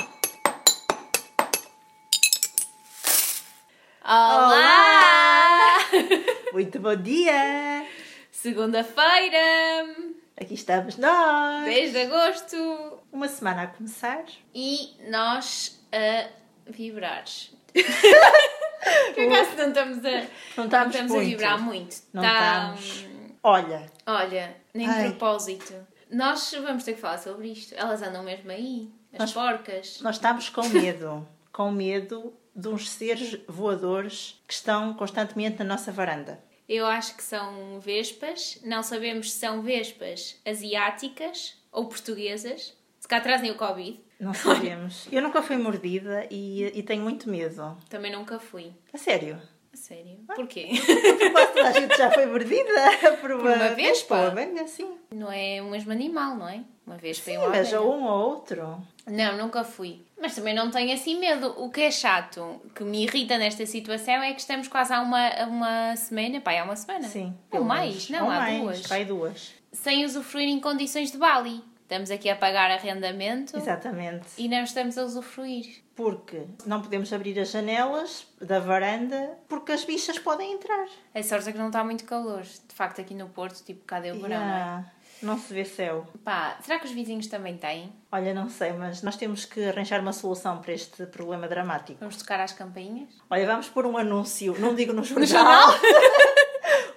Olá! Muito bom dia! Segunda-feira, Aqui estamos nós! 10 de agosto Uma semana a começar. e nós a vibrar. Por acaso não estamos a, Não não estamos, estamos a muito. vibrar muito. Não Tá- estamos. Olha, Olha, nem de Ai. propósito. Nós vamos ter que falar sobre isto. Elas andam mesmo aí, as Nós- porcas. nós estamos com medo. com medo de uns seres voadores que estão constantemente na nossa varanda. Eu acho que são vespas. Não sabemos se são vespas asiáticas ou portuguesas. Se cá trazem o Covid. Não sabemos. Eu nunca fui mordida e, e tenho muito medo. Também nunca fui. A sério. A sério. Ah. Porquê? Quase toda a gente já foi mordida por uma, uma vespa? Por uma abelha, sim. Não é o mesmo animal, não é? Uma vez foi Sim, uma mas abelha. ou um ou outro. Não, nunca fui. Mas também não tenho assim medo. O que é chato, que me irrita nesta situação, é que estamos quase há uma, a uma semana. Pá, há uma semana. Sim. Ou pelo mais, menos. não, ou há mais. duas. Vai duas. Sem usufruir em condições de Bali. Estamos aqui a pagar arrendamento Exatamente. e não estamos a usufruir. Porque não podemos abrir as janelas da varanda porque as bichas podem entrar. A sorte é que não está muito calor. De facto, aqui no Porto, tipo, cadê o verão, não é? Yeah, Não se vê céu. Pá, será que os vizinhos também têm? Olha, não sei, mas nós temos que arranjar uma solução para este problema dramático. Vamos tocar às campainhas? Olha, vamos pôr um anúncio, não digo no jornal, jornal?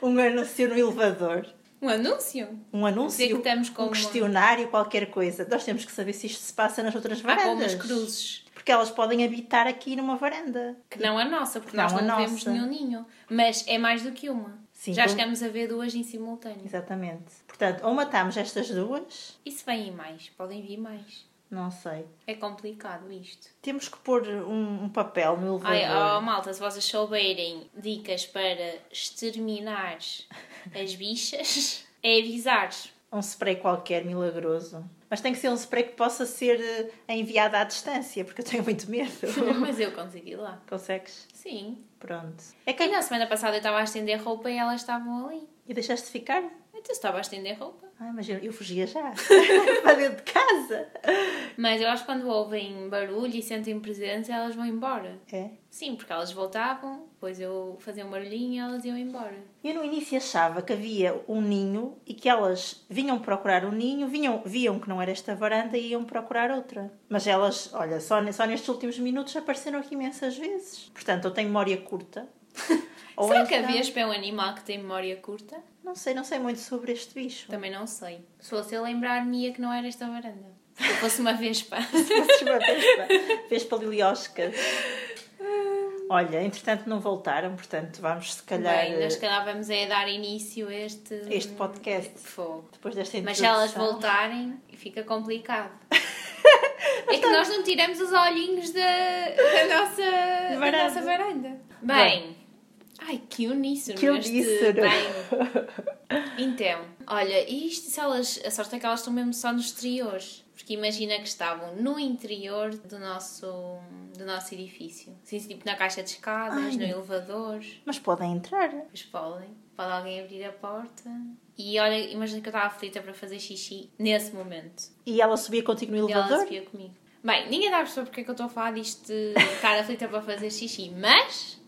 um anúncio no elevador. Um anúncio? Um Dizer que anúncio, estamos com um uma- questionário, qualquer coisa. Nós temos que saber se isto se passa nas outras Há varandas. com umas cruzes. Porque elas podem habitar aqui numa varanda. Que não a nossa, porque Não nós a não nossa. vemos nenhum ninho. Mas é mais do que uma. Sim, Já com- chegamos a ver duas em simultâneo. Exatamente. Portanto, ou matamos estas duas, E se vêm mais? Podem vir mais. não sei. É complicado isto. Temos que pôr um, um papel no elevador. Ai, oh, malta, se vocês souberem dicas para exterminar as bichas, é avisar. Um spray qualquer milagroso. Mas tem que ser um spray que possa ser eh, enviado à distância, porque eu tenho muito medo. Mas eu consegui lá. Consegues? Sim. Pronto. É E que na semana passada eu estava a estender roupa e elas estavam ali. E deixaste ficar? Então eu estava a estender roupa. Ai, mas eu, eu fugia já. Para dentro de casa. Mas eu acho que quando ouvem barulho e sentem presença, elas vão embora. É. Sim, porque elas voltavam, depois eu fazia um barulhinho e elas iam embora. Eu no início achava que havia um ninho e que elas vinham procurar um ninho, vinham, viam que não era esta varanda e iam procurar outra. Mas elas, olha, só, ne- só nestes últimos minutos apareceram aqui imensas vezes. Portanto, eu tenho memória curta. Ou Será que a então- vespa é um animal que tem memória curta? Não sei, não sei muito sobre este bicho. Também não sei. Se fosse eu lembrar-me que não era esta varanda. Se eu fosse uma vespa. Fazes uma vespa. Vespa liliosca. Olha, entretanto não voltaram, portanto vamos se calhar eh, Bem, nós se calhar vamos é dar iinicio a este... Este podcast. Fogo. depois desta Mas introdução. se elas voltarem, fica complicado. é que nós não tiramos os olhinhos da, da nossa, varanda. Varanda. da nossa varanda. Bem... Ai, que uníssono. Que eu este- disse, não? Bem, Então, olha, isto se elas, a sorte é que elas estão mesmo só nos exteriores. Porque imagina que estavam no interior do nosso, do nosso edifício. Sim, tipo na caixa de escadas, Ai. no elevador. Mas podem entrar. Pois podem. Pode alguém abrir a porta. E olha, imagina que eu estava aflita para fazer xixi nesse momento. E ela subia contigo no E ela elevador? subia comigo. Bem, ninguém dá a perceber porque é que eu estou a falar disto de ficar aflita para fazer xixi. Mas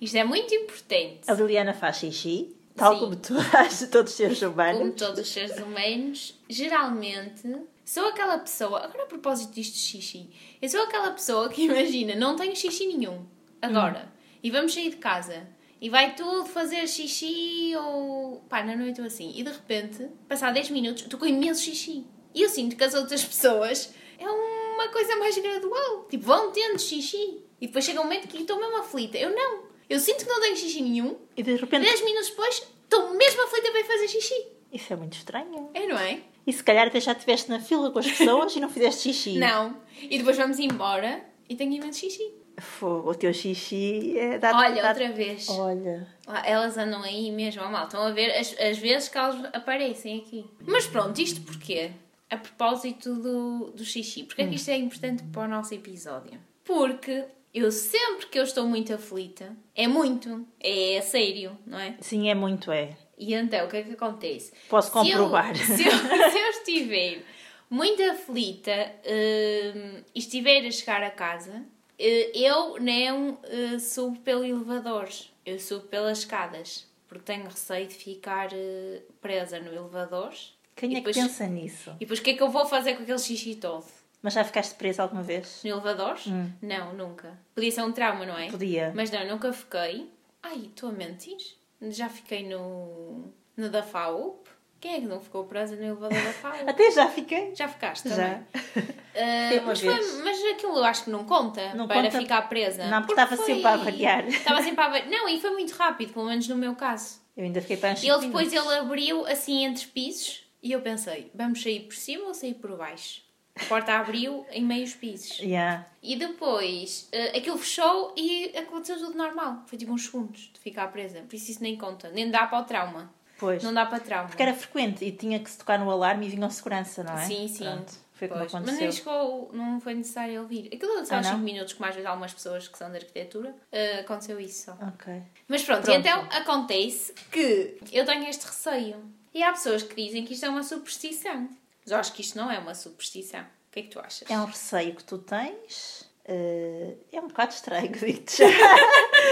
isto é muito importante. A Liliana faz xixi, tal Sim. como tu fazes todos os seres como humanos. todos os seres humanos, geralmente sou aquela pessoa. Agora, a propósito disto de xixi, eu sou aquela pessoa que imagina, não tenho xixi nenhum agora e vamos sair de casa e vai tudo fazer xixi ou pá, na noite ou assim, e de repente, passar 10 minutos, estou com imenso xixi. E eu sinto que as outras pessoas é uma coisa mais gradual, tipo, vão tendo xixi e depois chega um momento que estou mesmo aflita. Eu não, eu sinto que não tenho xixi nenhum. E de repente, 10 minutos depois, estou mesmo aflita para ir fazer xixi. isso é muito estranho. É, não é? E se calhar até já estiveste na fila com as pessoas e não fizeste xixi. Não. E depois vamos embora e tenho imenso xixi. Fogo, o teu xixi é dá Olha, dá- outra vez. Olha. Ah, Elas andam aí mesmo, ó, mal. Estão a ver as, as vezes que elas aparecem aqui. Mas pronto, isto porquê? A propósito do, do xixi. Porquê é que isto é importante para o nosso episódio? Porque eu sempre que eu estou muito aflita, é muito, é, sério, não é? Sim, é muito, é. E então, o que é que acontece? Posso Se eu- comprovar. Se eu, se eu estiver muito aflita hum, e estiver a chegar a casa, Eh, Eu não eh, subo pelo elevador, eu subo pelas escadas, porque tenho receio de ficar eh, presa no elevador. Quem E é que depois- pensa nisso? E depois o que é que eu vou fazer com aquele xixi todo? Mas já ficaste presa alguma vez? No elevador? Não, nunca. Podia ser um trauma, não é? Hum. Podia. Mas não, nunca fiquei. Ai, estou a mentir? Já fiquei no, no da FAUP. Quem é que não ficou presa no elevador da FAUP? Até já fiquei. Já ficaste Já. também? Ah, Fiquei uma mas, foi- vez. mas aquilo eu acho que não conta Não para conta. ficar presa. Não, porque estava sempre a variar. Estava sempre a variar. Não, e foi muito rápido, pelo menos no meu caso. Eu ainda fiquei para uns E ele cinco depois minutos. ele abriu assim entre pisos e eu pensei, vamos sair por cima ou sair por baixo? A porta abriu em meios pisos. Yeah. E depois eh, aquilo fechou e aconteceu tudo normal. Foi tipo uns segundos de ficar presa. Por isso isso nem conta. Nem dá para o trauma. Pois. Não dá para trauma. Porque era frequente e tinha que se tocar no alarme e vinham segurança, não é? Sim, sim. Pronto, foi como Pois. aconteceu. Mas nem chegou, não foi necessário ouvir. Aquilo aconteceu Ah, aos não? 5 minutos, como às vezes há algumas pessoas que são de arquitetura. eh, aconteceu isso só. Ok. Mas pronto, Pronto. e então acontece que eu tenho este receio. E há pessoas que dizem que isto é uma superstição. Mas eu acho que isto não é uma superstição. O que é que tu achas? É um receio que tu tens. eh, é um bocado estranho, digo-te já. Não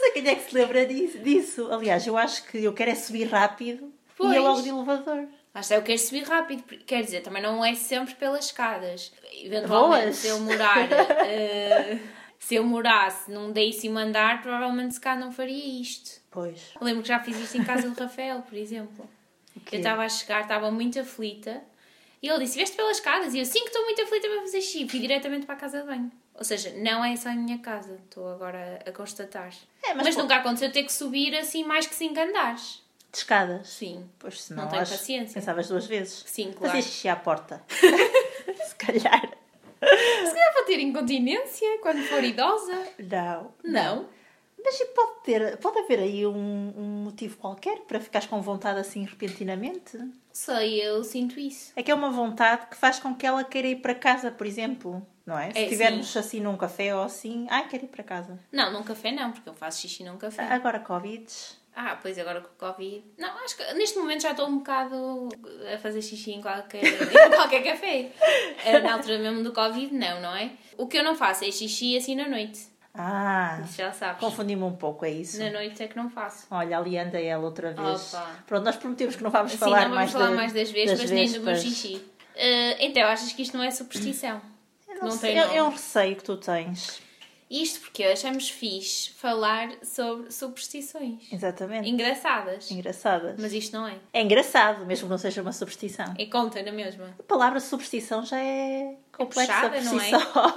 sei quem é que se lembra disso, disso. Aliás, eu acho que eu quero é subir rápido e é Pois. logo de elevador. Lá está, eu quero subir rápido, porque- quer dizer, também não é sempre pelas escadas. Eventualmente, Boas. se eu morar. eh, se eu morasse num décimo andar, provavelmente se cá não faria isto. Pois. Eu lembro que já fiz isto em casa do Rafael, por exemplo. O quê? Eu estava a chegar, estava muito aflita. E ele disse: Veste pelas escadas? E eu, sim, que estou muito aflita para fazer xixi. Fui diretamente para a casa de banho. Ou seja, não é só a minha casa, estou agora a constatar. É, mas mas pô- nunca aconteceu ter que subir assim mais que 5 andares. De escadas. Sim. Pois senão. Não tenho acho- paciência. Pensavas duas vezes. Sim, claro. Fazias xixi à porta. se calhar. Se calhar vou ter incontinência quando for idosa. Não. Não. Mas e pode, ter, pode haver aí um, um motivo qualquer para ficares com vontade assim repentinamente? Sei, eu sinto isso. É que é uma vontade que faz com que ela queira ir para casa, por exemplo, não é? Se É, estivermos assim num café ou assim, ai, quero ir para casa. Não, num café não, porque eu faço xixi num café. Agora Covid, Ah, pois agora com o Covid. Não, acho que neste momento já estou um bocado a fazer xixi em qualquer, em qualquer café. Ah, Na altura mesmo do Covid, não, não é? O que eu não faço é xixi assim na noite. ah, Isso já sabes. confundi-me um pouco, é isso? Na noite é que não faço. Olha, ali anda ela outra vez. Opa. Pronto, nós prometemos que não vamos Assim não falar vamos mais falar da- mais das vezes, mas nem do meu vespas. xixi. Ah, então, achas que isto não é superstição? Eu não Não sei, tem é, é um nome. receio que tu tens. Isto porque achamos fixe falar sobre superstições. Exatamente. Engraçadas. Engraçadas. Mas isto não é. É engraçado, mesmo que não seja uma superstição. É conta, na mesma. A palavra superstição já é complexa puxada, por não si é? só.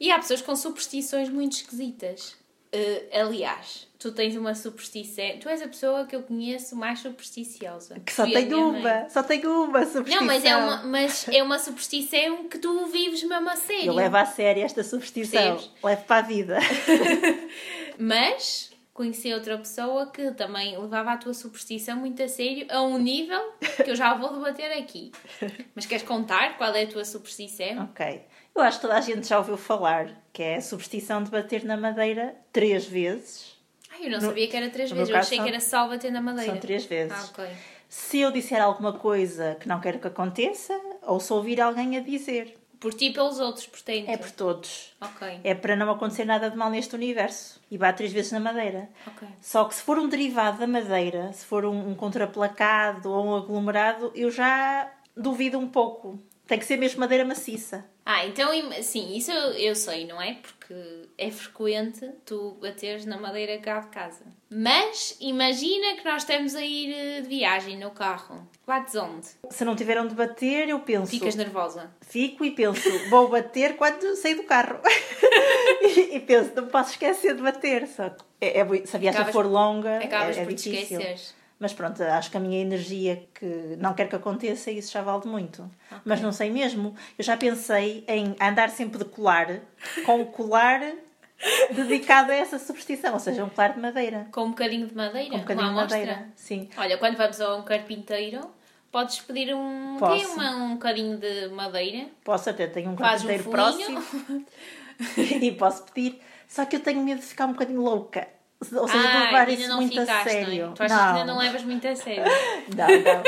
E há pessoas com superstições muito esquisitas. Eh, aliás, tu tens uma superstição. Tu és a pessoa que eu conheço mais supersticiosa. Que só Fui a tem minha mãe. uma, só tem uma superstição. Não, mas é, uma, mas é uma superstição que tu vives mesmo a sério. Eu levo a sério esta superstição. Percebes? Levo para a vida. Mas conheci outra pessoa que também levava a tua superstição muito a sério, a um nível que eu já vou debater aqui. Mas queres contar qual é a tua superstição? ok. Eu acho que toda a gente já ouviu falar que é a superstição de bater na madeira três vezes. Ai, eu não No- sabia que era três no vezes. meu Eu caso achei são- que era só bater na madeira. São três vezes. Ah, ok. Se eu disser alguma coisa que não quero que aconteça, ou se ouvir alguém a dizer, Por ti e pelos outros, portanto. é por todos. Ok. É para não acontecer nada de mal neste universo. E bate três vezes na madeira. Ok. Só que se for um derivado da madeira, se for um, um contraplacado ou um aglomerado, eu já duvido um pouco. Tem que ser mesmo madeira maciça. Ah, então, im- sim, isso eu, eu sei, não é? Porque é frequente tu bateres na madeira cá de casa. Mas imagina que nós estamos a ir eh, de viagem no carro. Bates onde? Se não tiver onde bater, eu penso. Ficas nervosa. Fico e penso, vou bater quando sair do carro. e, e penso, não posso esquecer de bater. Só que é, é bui- se a viagem Acabas- for longa, Acabas é, é por te difícil. esquecer. Mas pronto, acho que a minha energia que não quero que aconteça, isso já vale muito. Mas não sei mesmo. Eu já pensei em andar sempre de colar, com o colar dedicado a essa superstição, ou seja, um colar de madeira. Com um bocadinho de madeira, Com um bocadinho de uma amostra. madeira. Sim. Olha, quando vamos a um carpinteiro, podes pedir um, Posso. tem uma, um bocadinho de madeira. Posso até, tenho um Faz um carpinteiro furinho. próximo. e posso pedir. Só que eu tenho medo de ficar um bocadinho louca. Ou seja, de Ah, levar ainda isso não muito ficaste, a sério. não é? Tu achas que ainda não levas muito a sério. não, não.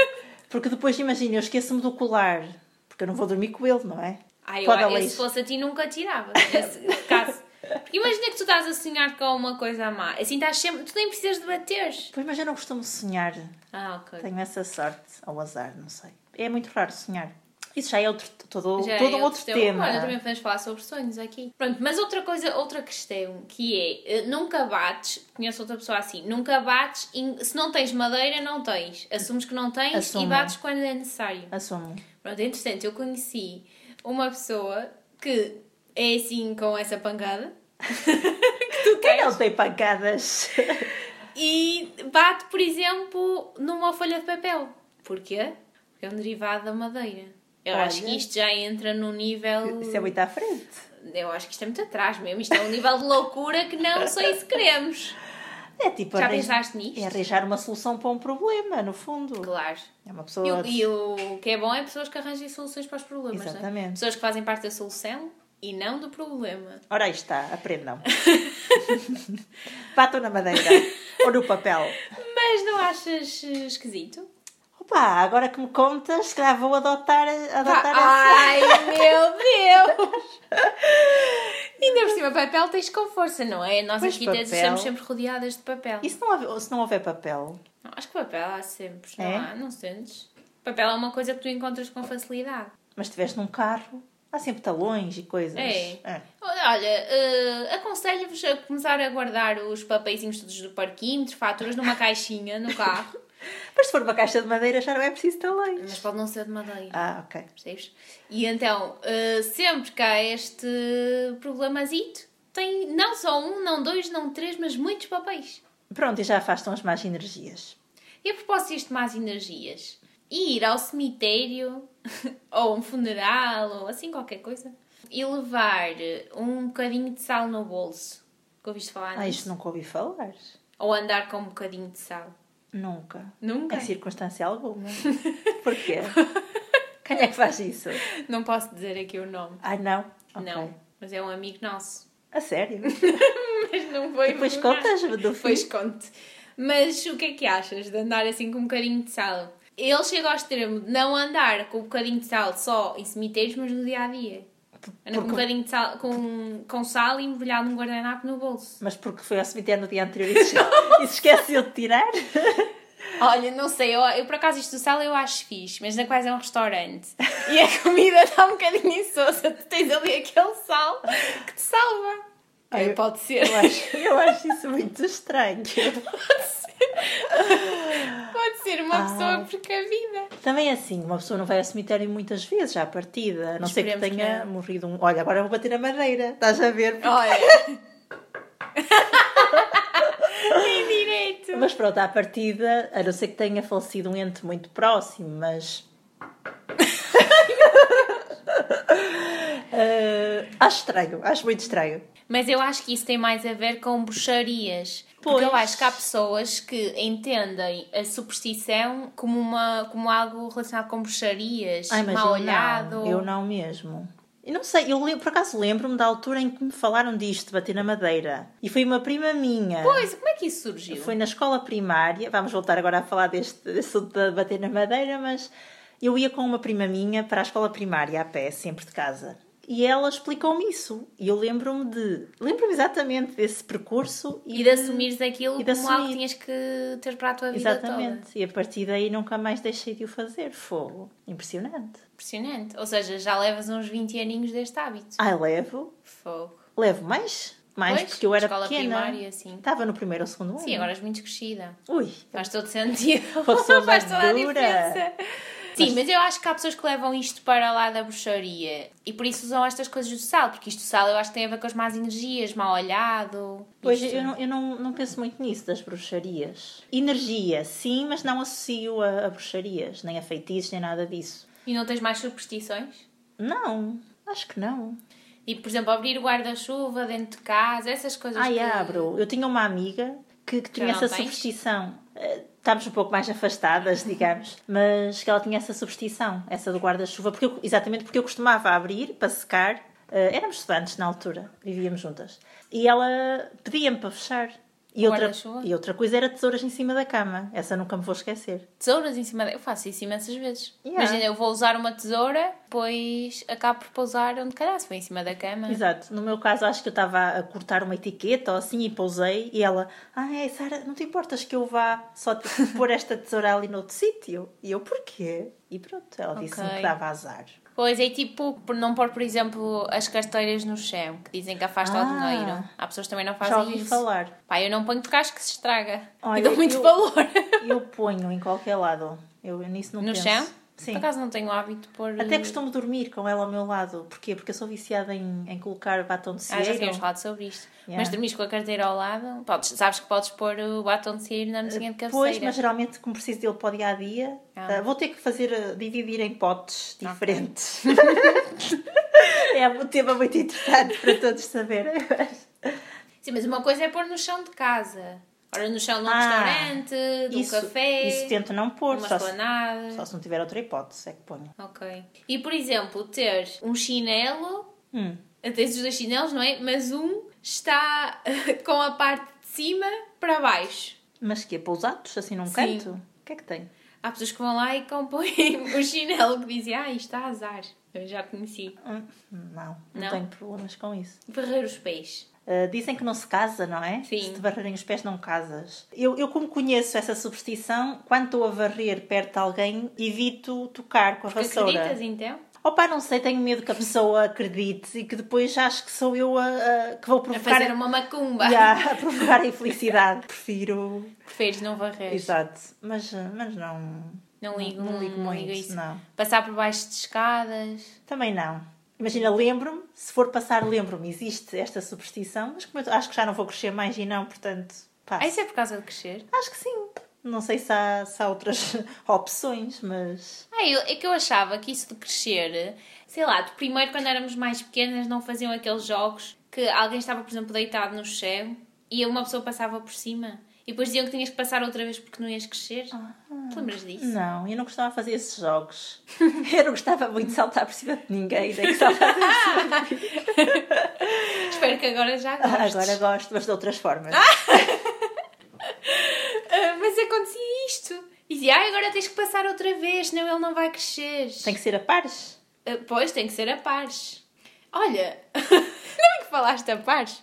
Porque depois, imagina, eu esqueço-me do colar. Porque eu não vou dormir com ele, não é? Ai, Pode Ah, eu, eu, Aleixo. se fosse a ti nunca tirava esse caso. Porque imagina que tu estás a sonhar com uma coisa má. Assim estás sempre. Tu nem precisas de bater. Pois, mas eu não costumo sonhar. Ah, ok. Tenho essa sorte, ou azar, não sei. É muito raro sonhar. Isso já é outro, todo, Já todo é um outro teu- tema. Olha, também podemos falar sobre sonhos aqui. Pronto, mas outra coisa, outra questão que é: eh, nunca bates. Conheço outra pessoa assim. Nunca bates. em- se não tens madeira, não tens. Assumes que não tens Assumo. e bates quando é necessário. Assumo. Pronto, é interessante. Eu conheci uma pessoa que é assim com essa pancada. que tu Quem tens. não tem pancadas? E bate, por exemplo, numa folha de papel. Porquê? Porque é um derivado da madeira. Eu Olha. acho que isto já entra num nível. Isso é muito à frente. Eu acho que isto é muito atrás mesmo. Isto é um nível de loucura que não sei se queremos. É tipo Já arranjar- pensaste nisto? é arranjar uma solução para um problema, no fundo. Claro. É uma pessoa. E o, e o que é bom é pessoas que arranjem soluções para os problemas, não é? Exatamente. Pessoas que fazem parte da solução e não do problema. Ora, aí está, aprendam. Batam na madeira ou no papel. Mas não achas eh, esquisito? Opa, agora que me contas, se calhar vou adotar, adotar ah. essa. Tá, Ai, meu Deus! Ainda por cima, papel tens com força, não é? Nós Pois, aqui arquitetos papel. estamos sempre rodeadas de papel. E se não, houver, se não houver papel? Não, acho que papel há sempre, não É? há? Não sentes? Papel é uma coisa que tu encontras com facilidade. Mas estiveste num carro, há sempre talões e coisas. É. É. Olha, eh, aconselho-vos a começar a guardar os papeizinhos todos do parquímetro, faturas numa caixinha no carro. Mas se for uma caixa de madeira já não é preciso talões. Mas pode não ser de madeira. Ah, ok. Percebes? E então, eh, sempre que há este problemazito, tem não só um, não dois, não três, mas muitos papéis. Pronto, e já afastam as más energias. E a propósito disto de más energias, ir ao cemitério, ou um funeral, ou assim qualquer coisa, e levar um bocadinho de sal no bolso. Que ouviste falar Ah, nisso? isto nunca ouvi falar. Ou andar com um bocadinho de sal. Nunca. Nunca. Em circunstância alguma. Porquê? Quem é que faz isso? Não posso dizer aqui o nome. Ai, não. Ok. Não. Mas é um amigo nosso. A sério? Mas não foi Depois vulgar. contas-me do fim. Depois conto. Mas o que é que achas de andar assim com um bocadinho de sal? Ele chega ao extremo de não andar com um bocadinho de sal só em cemitérios, mas no dia a dia. Anda com um Porque- bocadinho de sal, com, com sal e embrulhado num guardanapo no bolso. Mas porque foi ao cemitério no dia anterior e se, e se esqueceu de tirar? Olha, não sei, eu, eu por acaso isto do sal eu acho fixe, mas na quase é um restaurante e a comida está um bocadinho insossa, tu tens ali aquele sal que te salva. Ai, Aí eu- pode ser. Eu acho, eu acho isso muito estranho. Pode ser uma Ah. pessoa precavida. Também é assim, uma pessoa não vai ao cemitério muitas vezes à partida, a não ser que Esperemos que tenha não. morrido um. Olha, agora vou bater na madeira, estás a ver? Olha. em direito. Mas pronto, à partida, a não ser que tenha falecido um ente muito próximo, mas. Eh, acho estranho, acho muito estranho. Mas eu acho que isso tem mais a ver com bruxarias. Porque Pois. eu acho que há pessoas que entendem a superstição como, uma, como algo relacionado com bruxarias, Ai, mas mal eu olhado. Não, eu não mesmo. E não sei, eu le- por acaso lembro-me da altura em que me falaram disto, de bater na madeira. E foi uma prima minha. Pois, como é que isso surgiu? Foi na escola primária. Vamos voltar agora a falar deste assunto de bater na madeira, mas eu ia com uma prima minha para a escola primária a pé, sempre de casa. E ela explicou-me isso. E eu lembro-me de. Lembro-me exatamente desse percurso E de assumires aquilo e de como algo que assumir. tinhas que ter para a tua vida toda. Exatamente. E a partir daí nunca mais deixei de o fazer. Fogo. Impressionante. Impressionante. Ou seja, já levas uns 20 aninhos deste hábito. Ai, Ah, levo. Fogo. Levo mais. Mais Pois, porque eu era escola pequena. primária, sim. Estava no primeiro ou segundo ano. Sim, agora és muito crescida. Ui. Faz todo sentido. Uma pessoa Faz toda a madura. diferença. Sim, mas eu acho que há pessoas que levam isto para lá da bruxaria e por isso usam estas coisas do sal, porque isto do sal eu acho que tem a ver com as más energias, mal olhado. Pois, isto. eu, não, eu não, não penso muito nisso, das bruxarias. Energia, sim, mas não associo a, a bruxarias, nem a feitiços, nem nada disso. E não tens mais superstições? Não, acho que não. E, por exemplo, abrir o guarda-chuva dentro de casa, essas coisas. Ai, que- abro. Eu tinha uma amiga que, que tinha Já não essa tens? superstição. Eh, Estávamos um pouco mais afastadas, digamos, mas que ela tinha essa superstição, essa do guarda-chuva, porque eu- exatamente porque eu costumava abrir para secar. Eh, éramos estudantes na altura, vivíamos juntas. E ela pedia-me para fechar. O E outra, guarda-chuva? e outra coisa era tesouras em cima da cama. Essa nunca me vou esquecer. Tesouras em cima da. Eu faço isso imensas vezes. Yeah. Imagina, eu vou usar uma tesoura depois acabo por pousar onde calhar, se foi em cima da cama. É. Exato. No meu caso, acho que eu estava a cortar uma etiqueta ou assim e pousei e ela, ah, é, Sara, não te importas que eu vá só te- pôr esta tesoura ali noutro sítio? E eu, porquê? E pronto, ela disse-me Ok. que dava azar. Pois é, tipo, por não pôr, por exemplo, as carteiras no chão, que dizem que afasta o Ah. dinheiro. Há pessoas que também não Já fazem ouvi isso. falar. Pá, eu não ponho porque acho que se estraga. Olha, e dou muito eu- valor. Eu ponho em qualquer lado. Eu nisso não No penso. chão? Sim. Por acaso não tenho o hábito de pôr. Até costumo dormir com ela ao meu lado. Porquê? Porque eu sou viciada em, em colocar batom de Ah, já cera. tínhamos falado sobre isto. Yeah. Mas dormires com a carteira ao lado, podes, sabes que podes pôr o batom de sair na mesinha de cabeceira. Eh, Pois, mas geralmente, como preciso dele para o dia a dia, Ah. vou ter que fazer eh, dividir em potes diferentes. é um tema muito interessante para todos saberem. Sim, mas uma coisa é pôr no chão de casa. Ora, no chão de um Ah, restaurante, de um café, isso tento não pôr, uma só se, esplanada. só se não tiver outra hipótese é que ponho. Ok. E, por exemplo, ter um chinelo, Hum. tens os dois chinelos, não é? Mas um está com a parte de cima para baixo. Mas que é pousados, assim num Sim. canto? O que é que tem? Há pessoas que vão lá e compõem o chinelo que dizem, ah, isto está azar. Eu já conheci. Hum, Não, não, Não? tenho problemas com isso. Barrer os pés. Uh, dizem que não se casa, não é? Sim. Se te varrerem os pés, não casas. Eu, eu, como conheço essa superstição, quando estou a varrer perto de alguém, evito tocar com a Tu vassoura. acreditas então? Opa, não sei, tenho medo que a pessoa acredite e que depois ache que sou eu a, a- que vou A provocar fazer um uma macumba. Yeah, a provocar a infelicidade. Prefiro. Preferes não varrer. Exato, mas, mas não. Não ligo, não, não, ligo não muito. ligo isso. Não. Passar por baixo de escadas. Também não. Imagina, lembro-me, se for passar, lembro-me, existe esta superstição, mas como eu acho que já não vou crescer mais e não, portanto, Ah, passo. isso é por causa de crescer? Acho que sim. Não sei se há, se há outras opções, mas. Ah, eu- é que eu achava que isso de crescer, sei lá, de primeiro quando éramos mais pequenas não faziam aqueles jogos que alguém estava, por exemplo, deitado no chão e uma pessoa passava por cima e depois diziam que tinhas que passar outra vez porque não ias crescer. Ah, hum. Te lembras disso? Não, eu não gostava de fazer esses jogos. Eu não gostava muito de saltar por cima de ninguém, nem que saltar Espero que agora já Ah, gostes. Agora gosto, mas de outras formas. Ah, mas acontecia isto. E dizia, ah, agora tens que passar outra vez, senão ele não vai crescer. Tem que ser a pares. Ah, Pois, tem que ser a pares. Olha, não é que falaste a pares?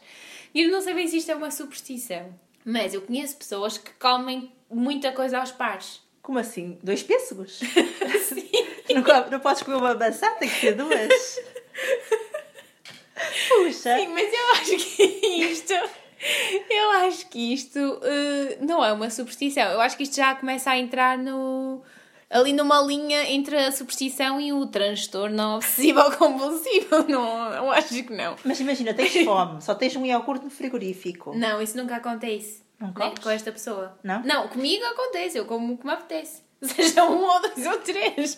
E eu não sei bem se isto é uma superstição, mas eu conheço pessoas que comem muita coisa aos pares. Como assim? Dois pêssegos? Sim. não, co- não podes comer uma maçã, tem que ser duas. Puxa, Sim, mas eu acho que isto. Eu acho que isto eh, não é uma superstição. Eu acho que isto já começa a entrar no. Ali numa linha entre a superstição e o transtorno obsessivo ou compulsivo. Não, eu acho que não. mas imagina, tens fome, só tens um iogurte no frigorífico. Não, isso nunca acontece. Tipo, Não Né? comes? Com esta pessoa. Não? Não, comigo acontece, eu como o que me apetece. Seja um ou dois ou três.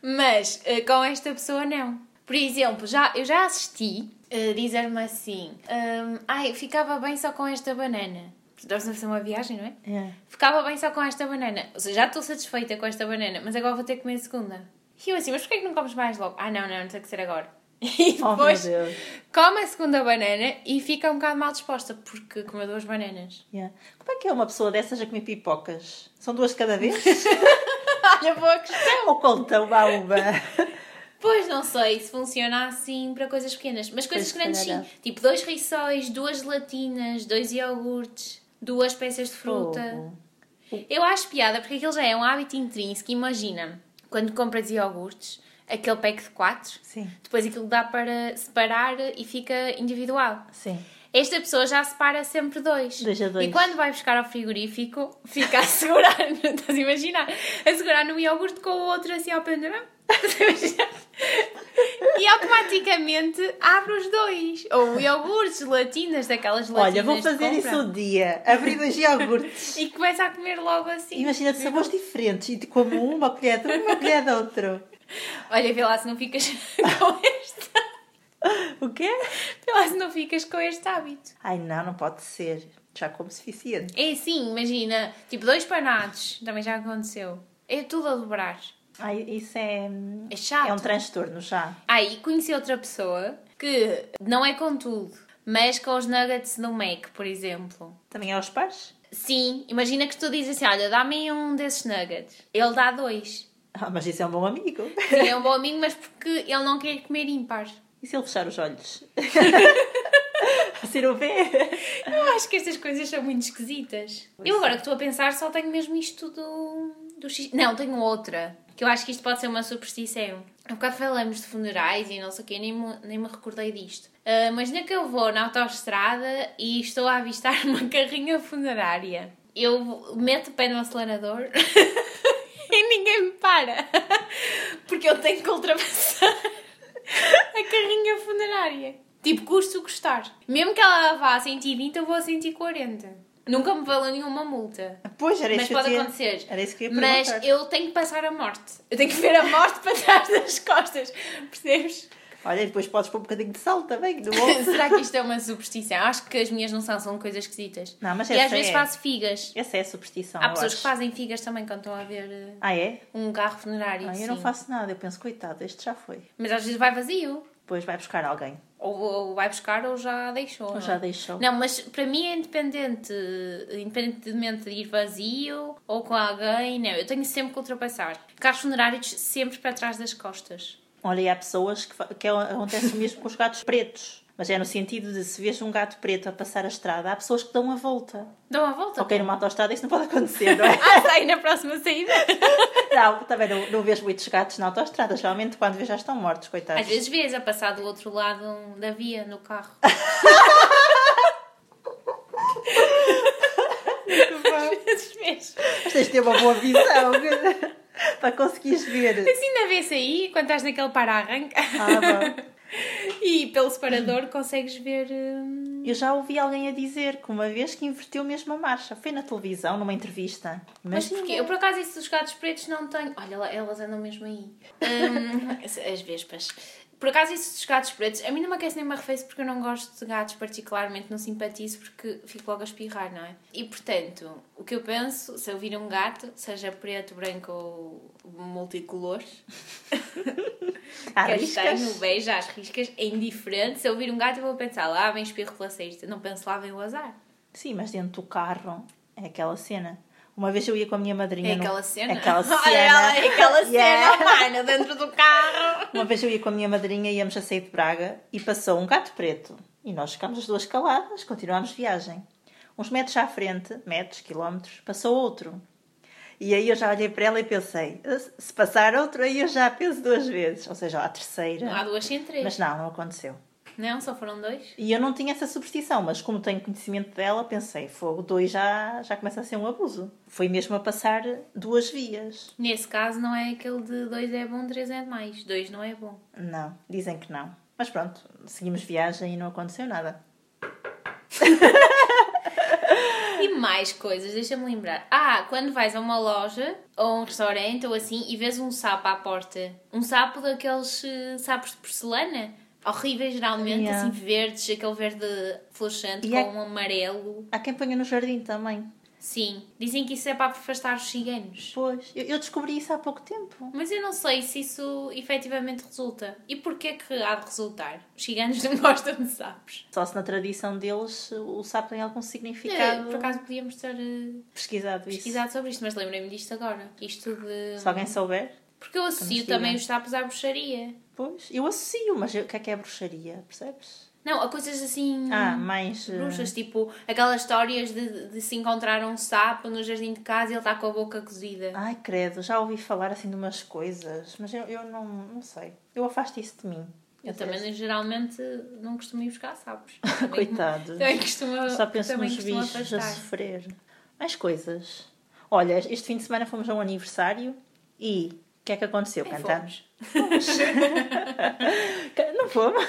Mas eh, com esta pessoa não. Por exemplo, já, eu já assisti eh, dizer-me assim: hum, ai, ficava bem só com esta banana. Estamos a fazer uma viagem, não é? É. Ficava bem só com esta banana. Ou seja, já estou satisfeita com esta banana, mas agora vou ter que comer a segunda. E eu assim, mas porquê que não comes mais logo? Ah, não, não, não tem que ser agora. E Oh, meu depois Deus. come a segunda banana e fica um bocado mal disposta porque comeu duas bananas. Yeah. Como é que é uma pessoa dessas a comer pipocas? São duas de cada vez? É Olha, boa questão! Ou contam uma a uma? Pois não sei se funciona assim para coisas pequenas, mas coisas Pois, se grandes sim. calhar Tipo dois rissóis, duas gelatinas, dois iogurtes, duas peças de fruta. Fogo. Eu acho piada porque aquilo já é um hábito intrínseco. Imagina, quando compras iogurtes, aquele pack de quatro, Sim, depois aquilo dá para separar e fica individual. sim. Esta pessoa já separa sempre dois. Dois a dois. E quando vai buscar ao frigorífico, fica a segurar, estás a imaginar? A segurar num iogurte com o outro assim ao pendurão. Estás a imaginar? E automaticamente abre os dois. Ou iogurtes, gelatinas, daquelas gelatinas. Olha, vou de fazer isso é compra. um dia. Abrir dois iogurtes. E começa a comer logo assim. Imagina de sabores diferentes e como uma colher de um, uma colher de outro. Olha, vê lá se não ficas com este. O quê? Vê lá se não ficas com este hábito. Ai não, não pode ser. Já como suficiente. É assim, imagina, tipo dois panados, também já aconteceu. É tudo a dobrar. Ai, isso é. É chato. É um transtorno já. Ah, e conheci outra pessoa que não é com tudo, mas com os nuggets no Mac, por exemplo. Também é aos pares? Sim, imagina que tu dizes assim: olha, dá-me um desses nuggets. Ele dá dois. Ah, mas isso é um bom amigo. Sim, é um bom amigo, mas porque ele não quer comer ímpar. E se ele fechar os olhos? Você não vê? Eu acho que estas coisas são muito esquisitas. Pois Eu agora é. que estou a pensar só tenho mesmo isto do, do xixi. Não, tenho outra. Que eu acho que isto pode ser uma superstição. Há bocado falamos de funerais e não sei o quê, nem me, nem me recordei disto. Ah, imagina que eu vou na autoestrada e estou a avistar uma carrinha funerária. Eu meto o pé no acelerador e ninguém me para. Porque eu tenho que ultrapassar a carrinha funerária. Tipo, custa o custar. Mesmo que ela vá a 120, eu vou a 140. Nunca me valeu nenhuma multa. Pois, era isso Mas que eu pode tinha- acontecer. Era isso que eu ia Mas perguntar. eu tenho que passar a morte. Eu tenho que ver a morte para trás das costas. Percebes? Olha, e depois podes pôr um bocadinho de sal também, no bolso. Será que isto é uma superstição? Acho que as minhas não são, são coisas esquisitas. Não, mas e essa às vezes é. faço figas. Essa é a superstição, Há eu pessoas acho. que fazem figas também quando estão a ver eh, Ah, é? um carro funerário. Ah, sim. eu não faço nada. Eu penso, coitado, este já foi. Mas às vezes vai vazio. Depois vai buscar alguém. Ou, ou vai buscar ou já deixou. Ou não já é? deixou. Não, mas para mim é independente, independentemente de ir vazio ou com alguém, não, eu tenho sempre que ultrapassar. Carros funerários sempre para trás das costas. Olha, e há pessoas que, fa- que é- acontece o mesmo com os gatos pretos. Mas é no sentido de se vês um gato preto a passar a estrada, há pessoas que dão a volta. Dão a volta. Ok, numa autoestrada isso não pode acontecer, não é? Ah, sai na próxima saída. não, também não, não vês muitos gatos na autoestrada. Geralmente quando vês já estão mortos, coitados. Às vezes vês a passar do outro lado da via no carro. Às vezes vês. Mas tens de ter uma boa visão para conseguires ver. Assim ainda vê-se aí, quando estás naquele para-arranca Ah, bom. e pelo separador consegues ver. hum, Eu já ouvi alguém a dizer que uma vez que inverteu mesmo a marcha. Foi na televisão, numa entrevista. Mas Mas, porquê? Eu por acaso isso dos gatos pretos não tenho. Olha, lá, elas andam mesmo aí. Hum, as vespas. Por acaso isso dos gatos pretos, a mim não me aquece nem me arrefece porque eu não gosto de gatos particularmente, não simpatizo porque fico logo a espirrar, não é? E portanto, o que eu penso, se eu vir um gato, seja preto, branco ou multicolor, há castanho, riscas. um beijo, às riscas, é indiferente. Se eu vir um gato, eu vou pensar, lá vem espirro pela cesta. Não penso, lá vem o azar. Sim, mas dentro do carro é aquela cena. Uma vez eu ia com a minha madrinha. É no- aquela cena. Aquela cena. Olha ela, é aquela cena, Yeah. mana, dentro do carro. Uma vez eu ia com a minha madrinha, íamos a sair de Braga e passou um gato preto. E nós ficámos as duas caladas, continuámos viagem. Uns metros à frente, metros, quilómetros, passou outro. E aí eu já olhei para ela e pensei, se passar outro, aí eu já penso duas vezes. Ou seja, a Não há terceira. duas sem três. Mas não, não aconteceu. Não, só foram dois. E eu não tinha essa superstição, mas como tenho conhecimento dela, pensei, fogo, dois já, já começa a ser um abuso. Foi mesmo a passar duas vias. Nesse caso, não é aquele de dois é bom, três é demais. Dois não é bom. Não, dizem que não. Mas pronto, seguimos viagem e não aconteceu nada. E mais coisas, deixa-me lembrar. Ah, quando vais a uma loja ou a um restaurante ou assim e vês um sapo à porta. Um sapo daqueles eh, sapos de porcelana. Horríveis, geralmente, Yeah. assim, verdes, aquele verde fluorescente E é- com um amarelo. Há quem ponha no jardim também. Sim, dizem que isso é para afastar os ciganos. Pois, eu, eu descobri isso há pouco tempo. Mas eu não sei se isso efetivamente resulta. E porquê que há de resultar? Os ciganos não gostam de sapos. Só se na tradição deles o sapo tem algum Eh, significado. Por acaso podíamos ter eh, pesquisado isso. pesquisado sobre isto, mas lembrei-me disto agora. Isto de. Se alguém souber, Porque eu associo Vamos também dizer. os sapos à bruxaria. pois. Eu associo, mas eu- o que é que é bruxaria, percebes? Não, a coisas assim. Ah, mais. eh, Bruxas, tipo aquelas histórias de, de se encontrar um sapo no jardim de casa e ele está com a boca cozida. Ai, credo, já ouvi falar assim de umas coisas, mas eu, eu não, não sei. Eu afasto isso de mim. eu também é. geralmente não costumo ir buscar sapos. Coitados. Também costumo, Só penso também nos costumo bichos a afastar. sofrer. Mais coisas. Olha, este fim de semana fomos a um aniversário e o que é que aconteceu? Ai, Cantamos? Fomos. Não fomos?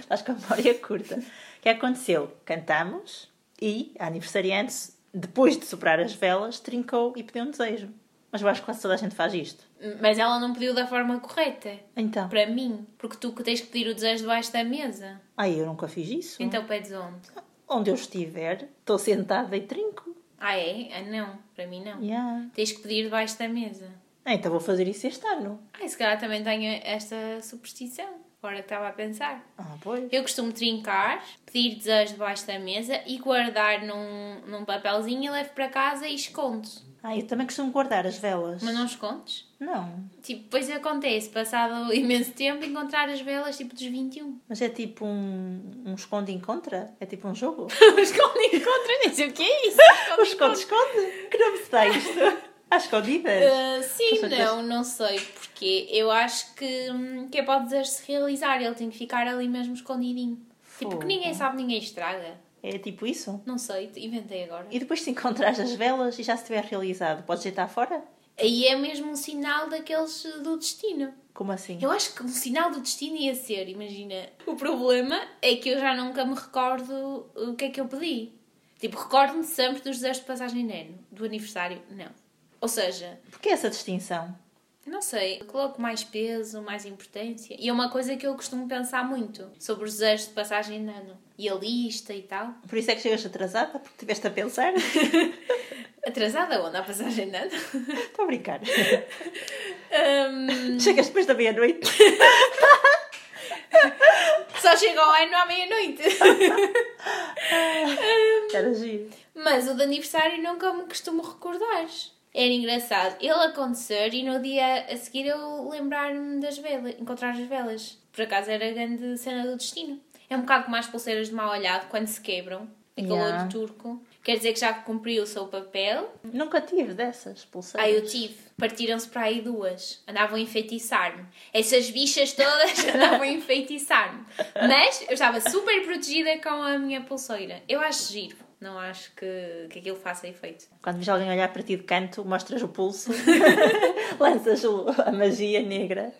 Estás com a memória curta. O que é que aconteceu? Cantamos e a aniversariante, depois de soprar as velas, trincou e pediu um desejo. Mas eu acho que quase toda a gente faz isto. Mas ela não pediu da forma correta. Então. Para mim. Porque tu que tens que pedir o desejo debaixo da mesa. Ai, eu nunca fiz isso. Então pedes onde? Onde eu estiver, estou sentada e trinco. Ah, é? Ah, não. Para mim, não. Yeah. Tens que pedir debaixo da mesa. Ah, Então vou fazer isso este ano. Ah, e se calhar também tenho esta superstição. Agora que estava a pensar. Ah, pois. Eu costumo trincar, pedir desejo debaixo da mesa e guardar num, num papelzinho e levo para casa e escondo. Ah, eu também costumo guardar as velas. Mas não escondes? Não, Tipo, depois acontece, passado imenso tempo, encontrar as velas tipo dos 21. mas é tipo um, um esconde encontra? É tipo um jogo? esconde encontra, nem sei o que é isso. o esconde-esconde? Que nome se dá isto? À escondida? Ah, sim, não, não sei porque eu acho que, hum, que é para o desejo se realizar, ele tem que ficar ali mesmo escondidinho. Tipo, Fogo. que ninguém sabe, ninguém estraga. É tipo isso? Não sei, inventei agora. E depois se encontrares as velas e já se tiver realizado, podes deitar fora? Aí é mesmo um sinal daqueles eh, do destino. Como assim? Eu acho que um sinal do destino ia ser, imagina. O problema é que eu já nunca me recordo o que é que eu pedi. Tipo, recordo-me sempre dos desejos de passagem de ano, do aniversário, não. Ou seja, Porquê essa distinção? Não sei, coloco mais peso, mais importância. E é uma coisa que eu costumo pensar muito sobre os desejos de passagem de ano e a lista e tal. Por isso é que chegas atrasada? Porque estiveste a pensar? Atrasada onda a passagem de ano? Estou a brincar. Hum, Chegas depois da meia-noite? só chego ao ano à meia-noite. Era giro. Mas o de aniversário nunca me costumo recordar. Era engraçado ele acontecer e no dia a seguir eu lembrar-me das velas, encontrar as velas. Por acaso era a grande cena do destino. É um bocado como as pulseiras de mau olhado quando se quebram. Aquele Yeah. olho turco. Quer dizer que já cumpri o seu papel. Nunca tive dessas Ah, pulseiras. eu tive. Partiram-se para aí duas. Andavam a enfeitiçar-me. Essas bichas todas andavam a enfeitiçar-me. Mas eu estava super protegida com a minha pulseira. Eu acho giro. Não acho que, que aquilo faça efeito. Quando vês alguém olhar para ti de canto, mostras o pulso, lanças o- a magia negra.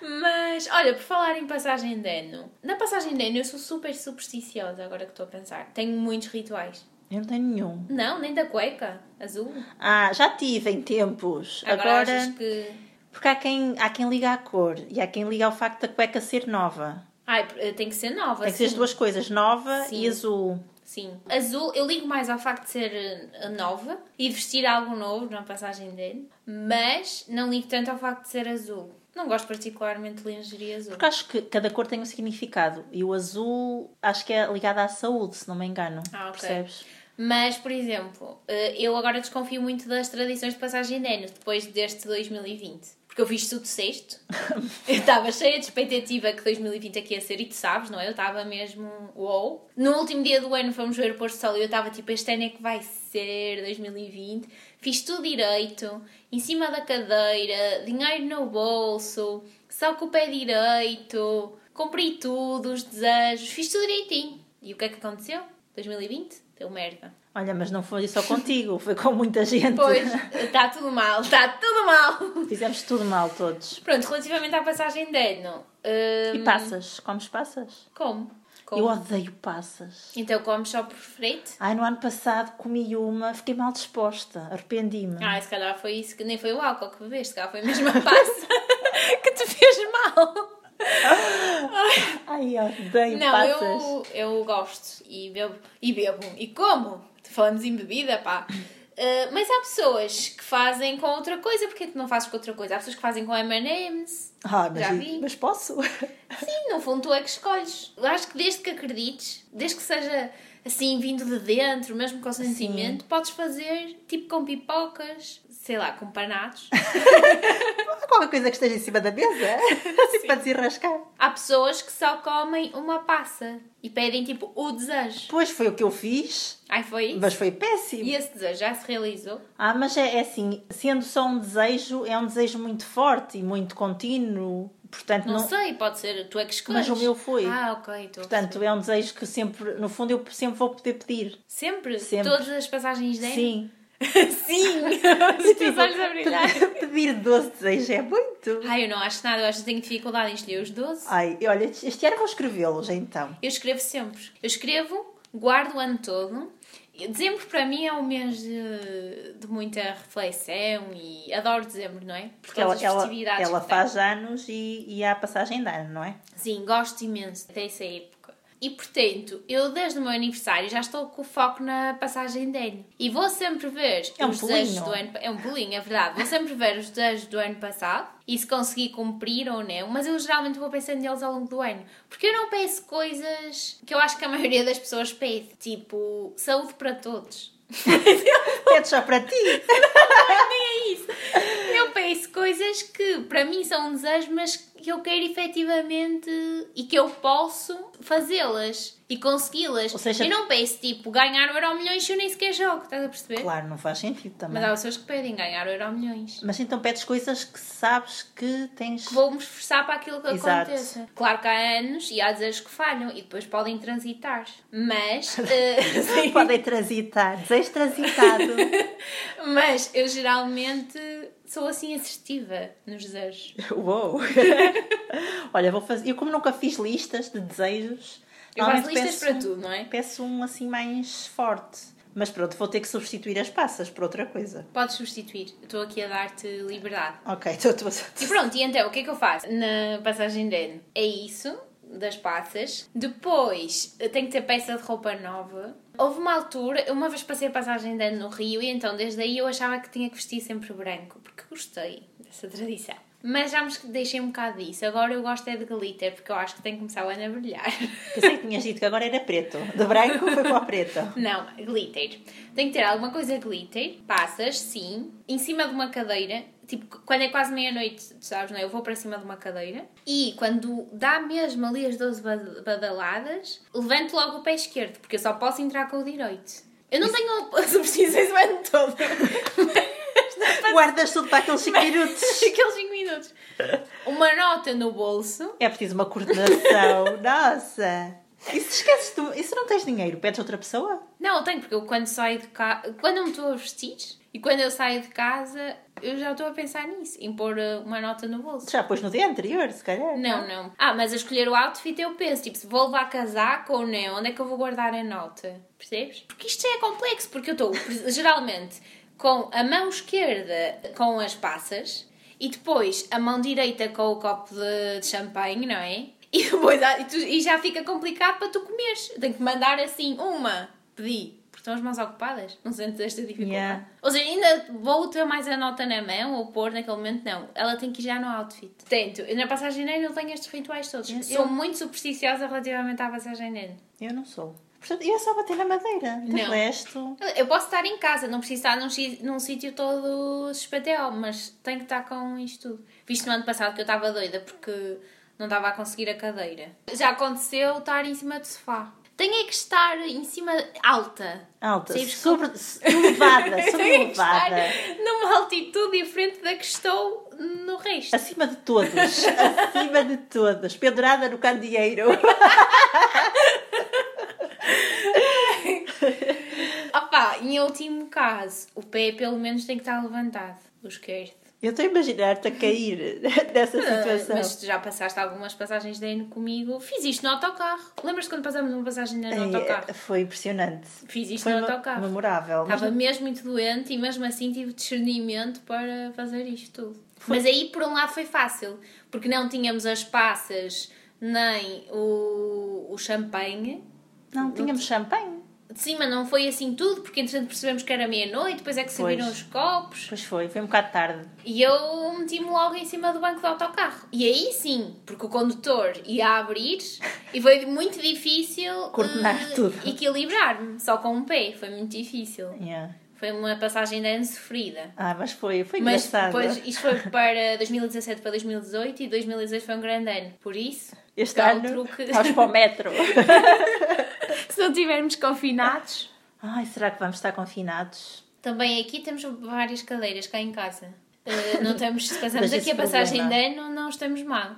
Mas, olha, por falar em passagem de ano. Na passagem de ano eu sou super supersticiosa, agora que estou a pensar. Tenho muitos rituais. Eu não tenho nenhum. Não, nem da cueca azul. Ah, já tive em tempos. Agora, Agora, achas que... porque há quem, há quem liga à cor e há quem liga ao facto da cueca ser nova. Ai, eh, tem que ser nova. Tem que ser as sim. duas coisas, nova Sim. e azul. Sim. Azul, eu ligo mais ao facto de ser eh, nova e vestir algo novo na passagem dele, mas não ligo tanto ao facto de ser azul. Não gosto particularmente de lingerie azul. Porque acho que cada cor tem um significado. E o azul acho que é ligado à saúde, se não me engano. Ah, ok. Percebes? Mas, por exemplo, eh, eu agora desconfio muito das tradições de passagem de ano depois deste 2020. Porque eu fiz tudo sexto. eu estava cheia de expectativa que 2020 aqui ia ser, e tu sabes, não é? Eu estava mesmo wow. No último dia do ano fomos ver o pôr do sol e eu estava tipo, este ano é que vai ser 2020. Fiz tudo direito, em cima da cadeira, dinheiro no bolso, só com o pé direito, cumpri tudo, os desejos, fiz tudo direitinho. E o que é que aconteceu? 2020? Deu merda. Olha, mas não foi só contigo, foi com muita gente. Pois, está Tá tudo mal, está tudo mal. Fizemos tudo mal todos. Pronto, relativamente à passagem de ano. hum, E passas? Comes passas? Como? Eu Como? odeio passas. Então comes só por frete? Ai, no ano passado comi uma, fiquei mal disposta, arrependi-me. Ah, se calhar foi isso que nem foi o álcool que bebeste, se calhar foi mesmo a passa que te fez mal. Ai, odeio Não, passas. eu, eu gosto e bebo, e bebo, e como? Falamos em bebida, pá. Ah, mas há pessoas que fazem com outra coisa, porque é que não fazes com outra coisa? Há pessoas que fazem com M&M's, Ah, Já mas, vi. mas posso? Sim, no fundo tu é que escolhes. Eu acho que desde que acredites, desde que seja assim, vindo de dentro, mesmo com sentimento, podes fazer tipo com pipocas, sei lá, com panados. Há qualquer coisa que esteja em cima da mesa, assim para desenrascar. Há pessoas que só comem uma passa e pedem tipo o desejo. Pois foi o que eu fiz, Ai, foi É isso? mas foi péssimo. E esse desejo já se realizou? Ah, mas é, é assim, sendo só um desejo, é um desejo muito forte e muito contínuo. Portanto, Não, não, sei, pode ser, tu é que escolhes. mas o meu foi. Ah, ok, estou. Portanto, é um desejo que sempre, no fundo, eu sempre vou poder pedir. sempre? sempre. Todas as passagens dele? Sim. Sim! Os teus olhos a brilhar. tipo, pedir 12 desejos é muito. Ai, eu não acho nada, eu acho que tenho dificuldade em escolher os doce. Ai, olha, este ano vou escrevê-los então. Eu escrevo sempre. Eu escrevo, guardo o ano todo. Dezembro para mim é um mês de, de muita reflexão e adoro dezembro, não é? Por Porque ela, todas as ela, festividades ela que tem. faz anos e, e há passagem de ano, não é? Sim, gosto imenso dessa época. E portanto, eu desde o meu aniversário já estou com o foco na passagem de ano. E vou sempre ver É um os desejos pulinho. do ano É um pulinho, é verdade. Vou sempre ver os desejos do ano passado e se consegui cumprir ou não. Mas eu geralmente vou pensando neles ao longo do ano. Porque eu não peço coisas que eu acho que a maioria das pessoas pede. Tipo, saúde para todos. Pede só para ti. É isso. Eu penso coisas que para mim são um desejo, mas que eu quero efetivamente e que eu posso fazê-las e consegui-las. Ou seja- eu não penso tipo ganhar o Euro Milhões se eu nem sequer jogo, estás a perceber? Claro, não faz sentido também. Mas há pessoas que pedem ganhar o Euro Milhões. Mas então pedes coisas que sabes que tens. Vou-me esforçar para aquilo que Exato. aconteça. Claro que há anos e há desejos que falham e depois podem transitar. Mas. eh, sim. Podem transitar, desejo transitado. Mas eu geralmente sou assim assertiva nos desejos. Uou! Olha, vou fazer. Eu, como nunca fiz listas de desejos, Eu faço normalmente listas peço para um- tudo, não é? Peço um assim mais forte. Mas pronto, vou ter que substituir as passas por outra coisa. Podes substituir. Estou aqui a dar-te liberdade. Ok, estou a E pronto, e então o que é que eu faço? Na passagem de ano é isso, das passas. Depois eu tenho que ter peça de roupa nova. Houve uma altura, uma vez passei a passagem de ano no Rio e então desde aí eu achava que tinha que vestir sempre branco, porque gostei dessa tradição. Mas já me esque- deixei um bocado disso. Agora eu gosto é de glitter, porque eu acho que tem que começar o ano a brilhar. Pensei que tinhas dito que agora era preto. De branco foi para o preto. Não, glitter. Tem que ter alguma coisa glitter. Passas, sim. Em cima de uma cadeira. Tipo, quando é quase meia-noite, tu sabes, não é? Eu vou para cima de uma cadeira. E quando dá mesmo ali as 12 bad- badaladas, levanto logo o pé esquerdo, porque eu só posso entrar com o direito. Eu não tenho superstições o ano todo. Guardas tudo para aqueles 5 minutos. Aqueles 5 minutos. Uma nota no bolso. É preciso uma coordenação. Nossa! E se esqueces tu? E se não tens dinheiro? Pedes a outra pessoa? Não, eu tenho, porque eu quando saio de casa. Quando eu me estou a vestir e quando eu saio de casa, eu já estou a pensar nisso, em pôr eh, uma nota no bolso. Já pôs no dia anterior, se calhar. Não, não. Ah, mas a escolher o outfit eu penso, tipo, se vou levar casaco ou não, onde é que eu vou guardar a nota? Percebes? Porque isto é complexo, porque eu estou geralmente com a mão esquerda com as passas e depois a mão direita com o copo de, de champanhe, não é? E depois há- e, tu- e já fica complicado para tu comeres. Eu Tenho que mandar assim uma, pedi. Porque estão as mãos ocupadas, não sentes esta dificuldade. Yeah. Ou seja, ainda vou ter mais a nota na mão ou pôr naquele momento, não. Ela tem que ir já no outfit. Tento. Eu na passagem de ano eu tenho estes rituais todos. Eu- Sou muito supersticiosa relativamente à passagem de ano. Eu não sou. Portanto, eu só bater na madeira. De Não. resto. Eu- Eu posso estar em casa, não preciso estar num, si- num sítio todo XPTO, mas tenho que estar com isto tudo. Visto no ano passado que eu estava doida porque não estava a conseguir a cadeira. Já aconteceu estar em cima do sofá. Tenho é que estar em cima alta. Alta, Sabes sobre, elevada, Tenho que estar sobrelevada. numa altitude diferente da que estou no resto. Acima de todos, acima de todos, pendurada no candeeiro. Opa, Ah, em último caso, o pé pelo menos tem que estar levantado, o esquerdo. Eu estou a imaginar-te a cair dessa situação. Ah, Mas tu já passaste algumas passagens de ano comigo. Fiz isto no autocarro. Lembras-te quando passámos uma passagem de ano Ai, no autocarro? foi impressionante. Fiz isto Foi no me- autocarro. memorável. mas Estava mesmo muito doente e mesmo assim tive discernimento para fazer isto tudo. Mas aí por um lado foi fácil, porque não tínhamos as passas nem o, o champanhe. Não, tínhamos champanhe. De cima não foi assim tudo, porque entretanto percebemos que era meia-noite, depois é que serviram Pois. os copos. Pois foi, foi um bocado tarde. E eu meti-me logo em cima do banco do autocarro. E aí sim, porque o condutor ia abrir e foi muito difícil Coordenar eh, tudo. equilibrar-me, só com um pé. Foi muito difícil. Yeah. Foi uma passagem de ano sofrida. Ah, mas foi, foi Mas engraçado. depois isto foi para 2017 para 2018 e 2018 foi um grande ano. Por isso, Este cá o ano, truque. vamos para o metro. se não estivermos confinados. Ai, será que vamos estar confinados? Também aqui temos várias cadeiras cá em casa. Eh, não estamos, se passamos Mas aqui esse a passagem problema- de ano, não estamos mal.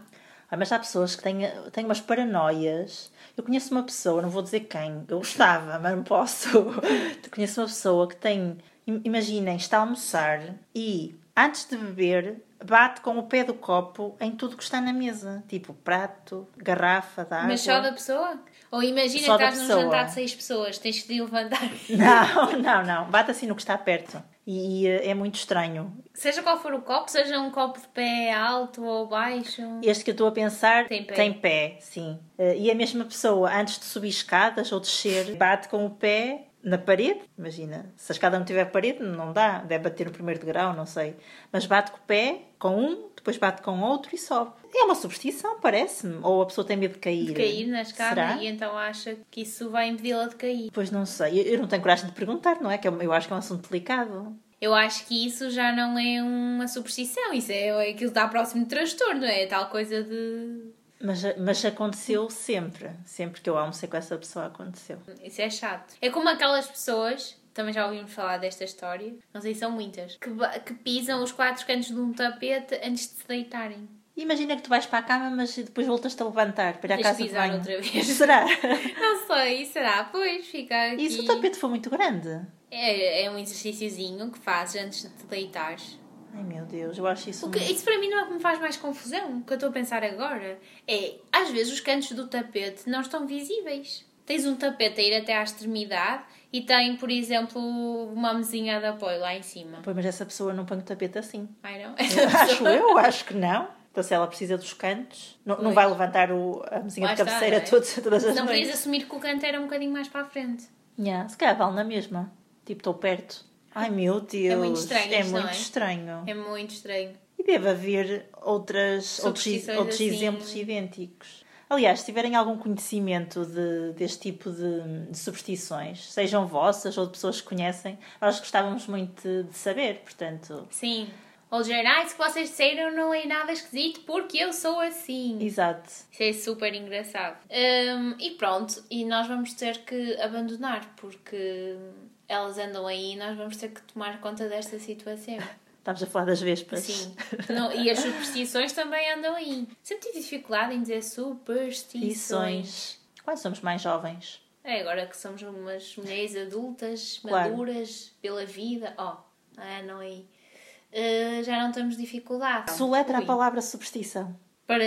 Ah, mas há pessoas que têm, têm umas paranoias. Eu conheço uma pessoa, não vou dizer quem, eu gostava, mas não posso. Eu conheço uma pessoa que tem, im- imaginem, está a almoçar e antes de beber bate com o pé do copo em tudo que está na mesa, tipo prato, garrafa de água. Mas só da pessoa? Ou imagina Só que da estás num pessoa. jantar de seis pessoas, tens de levantar. Não, não, não. Bate assim no que está perto. E, e, eh, é muito estranho. Seja qual for o copo, seja um copo de pé alto ou baixo. um Este que eu estou a pensar Tem pé. sim. Eh, E a mesma pessoa, antes de subir escadas ou descer, bate com o pé na parede, imagina, se a escada não tiver parede, não dá, deve bater no primeiro degrau, não sei. Mas bate com o pé, com um, depois bate com outro e sobe. É uma superstição, parece-me. Ou a pessoa tem medo de cair. De cair na escada Será? e então acha que isso vai impedi-la de cair. Pois não sei, eu, eu não tenho coragem de perguntar, não é? Que é um- eu acho que é um assunto delicado. Eu acho que isso já não é uma superstição, isso é aquilo que dá próximo de transtorno, é tal coisa de. Mas, mas aconteceu sempre. Sempre que eu almocei com essa pessoa, aconteceu. Isso é chato. É como aquelas pessoas, também já ouvimos falar desta história, não sei se são muitas, que, ba- que pisam os quatro cantos de um tapete antes de se deitarem. Imagina que tu vais para a cama, mas depois voltas-te a levantar para ir Tens à de casa de pisar banho. outra vez. Será? Não sei, será? Pois, fica aqui. E se o tapete foi muito grande? É, é um exercíciozinho que fazes antes de te deitares. Ai meu Deus, eu acho isso. um O que- muito- isso para mim não é o que me faz mais confusão. O que eu estou a pensar agora é, às vezes, os cantos do tapete não estão visíveis. Tens um tapete a ir até à extremidade e tem, por exemplo, uma mesinha de apoio lá em cima. Pois, mas essa pessoa não põe o tapete assim. Ai não? acho eu, acho que não. Então se ela precisa dos cantos, não, não Pois. vai levantar o, a mesinha Lá de está, cabeceira não é? todas, todas as Não podias noites. assumir que o canto era um bocadinho mais para a frente. Yeah, se calhar vale na mesma. Tipo, estou perto. Ai meu Deus. É muito estranho É isto, não é? muito estranho. É muito estranho. E deve haver outras, outros, Superstições outros assim. exemplos idênticos. Aliás, se tiverem algum conhecimento de, deste tipo de, de superstições, sejam vossas ou de pessoas que conhecem, nós gostávamos muito de, de saber, portanto. Sim. Ou dizer, ah, isso que vocês disseram não é nada esquisito porque eu sou assim. Exato. Isso é super engraçado. Hum, e pronto, e nós vamos ter que abandonar porque elas andam aí e nós vamos ter que tomar conta desta situação. Estávamos a falar das vespas. Sim. Não, e as superstições também andam aí. Sempre tive dificuldade em dizer superstições. Lições. Quando somos mais jovens. É, agora que somos umas mulheres adultas, Claro. maduras, pela vida. Ó, ah, não aí. Ah, já não temos dificuldade. Soletra Ui. a palavra superstição. Para,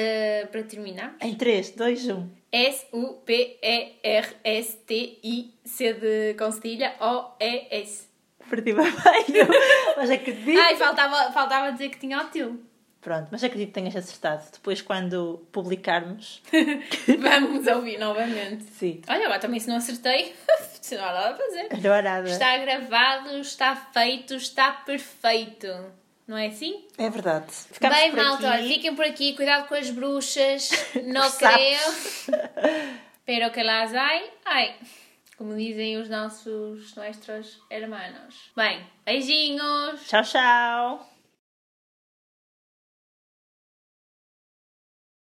para terminar. Em um. 3, 2, 1. S-U-P-E-R-S-T-I-C de Constilha O-E-S. Perdi-me a meio. Mas acredito. Ai, faltava, faltava dizer que tinha o til. Pronto, mas acredito que tenhas acertado. Depois, quando publicarmos. Vamos ouvir novamente. Sim. Olha, agora também se não acertei, se não há nada a fazer. Não há nada. Está gravado, está feito, está perfeito. Não é assim? É verdade. Bem, malta, olha, fiquem por aqui, cuidado com as bruxas, não Os sapos. creio. Pero que las hay, ai. Como dizem os nossos, nuestros hermanos. Bem, beijinhos! Tchau, tchau.